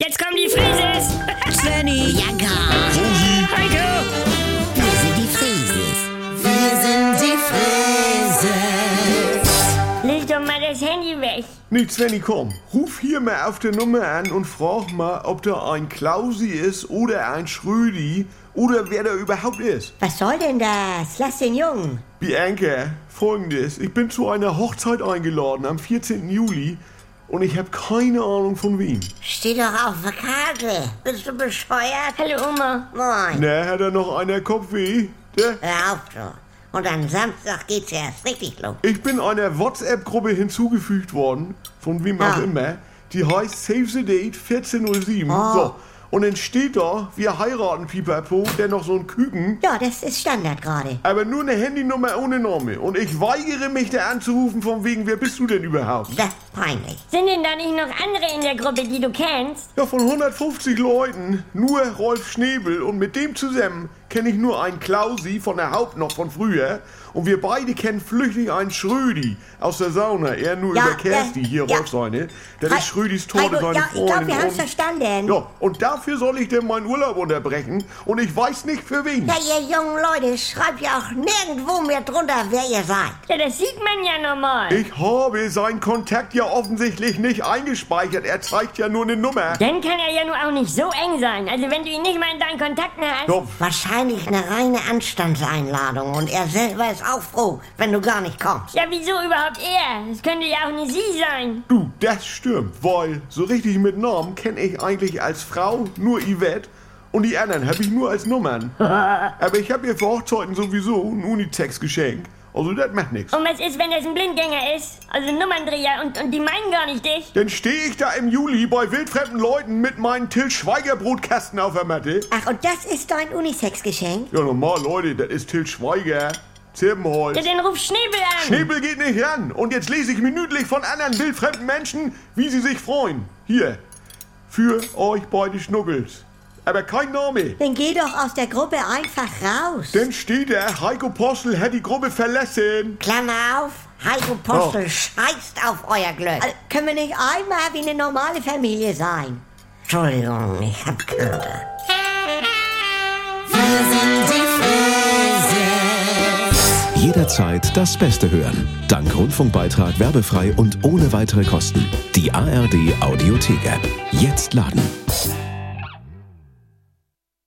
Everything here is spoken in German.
Nix, wenn ich komm. Ruf hier mal auf der Nummer an und frag mal, ob da ein Klausi ist oder ein Schrödi oder wer da überhaupt ist. Was soll denn das? Lass den Jungen. Bianca, folgendes. Ich bin zu einer Hochzeit eingeladen am 14. Juli und ich habe keine Ahnung von wem. Steh doch auf der Karte. Bist du bescheuert? Hallo Oma. Moin. Na, hat da noch einer Kopfweh? Der? Hör auf doch. Und am Samstag geht's ja erst richtig los. Ich bin einer WhatsApp-Gruppe hinzugefügt worden, von wem auch Ah. immer. Die heißt Save the Date 1407. Ah. So. Und dann steht da, wir heiraten Pipapo, dennoch so ein Küken, Ja, das ist Standard gerade. aber nur eine Handynummer ohne Name. Und ich weigere mich da anzurufen, von wegen, wer bist du denn überhaupt? Das ist peinlich. Sind denn da nicht noch andere in der Gruppe, die du kennst? Ja, von 150 Leuten nur Rolf Schnebel und mit dem zusammen kenne ich nur einen Klausi von der Haupt noch von früher. Und wir beide kennen flüchtig einen Schrödi aus der Sauna. Er nur Ja, über Kersti, ja, hier ja. Rolf seine. Der Hei- ist Schrödis Tode, Heiko, seine ja, ich Freundin. glaube, wir haben und- verstanden. ja, und dafür soll ich denn meinen Urlaub unterbrechen und ich weiß nicht für wen. Ja, ihr jungen Leute, schreibt ja auch nirgendwo mehr drunter, wer ihr seid. Ja, das sieht man ja normal. Ich habe seinen Kontakt ja offensichtlich nicht eingespeichert. Er zeigt ja nur eine Nummer. Dann kann er ja nur auch nicht so eng sein. Also wenn du ihn nicht mal in deinen Kontakten hast. Ja, Wahrscheinlich eine reine Anstandseinladung und er selber ist auch froh, wenn du gar nicht kommst. Ja, wieso überhaupt er? Es könnte ja auch nicht sie sein. Du, das stimmt, weil so richtig mit Namen kenne ich eigentlich als Frau nur Yvette und die anderen habe ich nur als Nummern. Aber ich habe ihr für Hochzeiten sowieso ein Unitex-Geschenk. Also das macht nichts. Und was ist, wenn das ein Blindgänger ist? Also Nummerndreher und, und die meinen gar nicht dich. Dann stehe ich da im Juli bei wildfremden Leuten mit meinem Till Schweiger Brotkasten auf der Matte. Ach, und das ist dein Unisex-Geschenk? Ja, normal, Leute, das ist Till Schweiger. Zirbenholz. Ja, dann ruf Schnebel an. Nebel geht nicht ran. Und jetzt lese ich minütlich von anderen wildfremden Menschen, wie sie sich freuen. Hier. Für euch beide Schnuggels. Aber kein Name. Dann geh doch aus der Gruppe einfach raus. Denn steht er, Heiko Postel hat die Gruppe verlassen. Klammer auf, Heiko Postel scheißt auf euer Glück. Also, können wir nicht einmal wie eine normale Familie sein? Entschuldigung, ich hab Kater. Jederzeit das Beste hören. Dank Rundfunkbeitrag werbefrei und ohne weitere Kosten. Die ARD Audiothek App. Jetzt laden.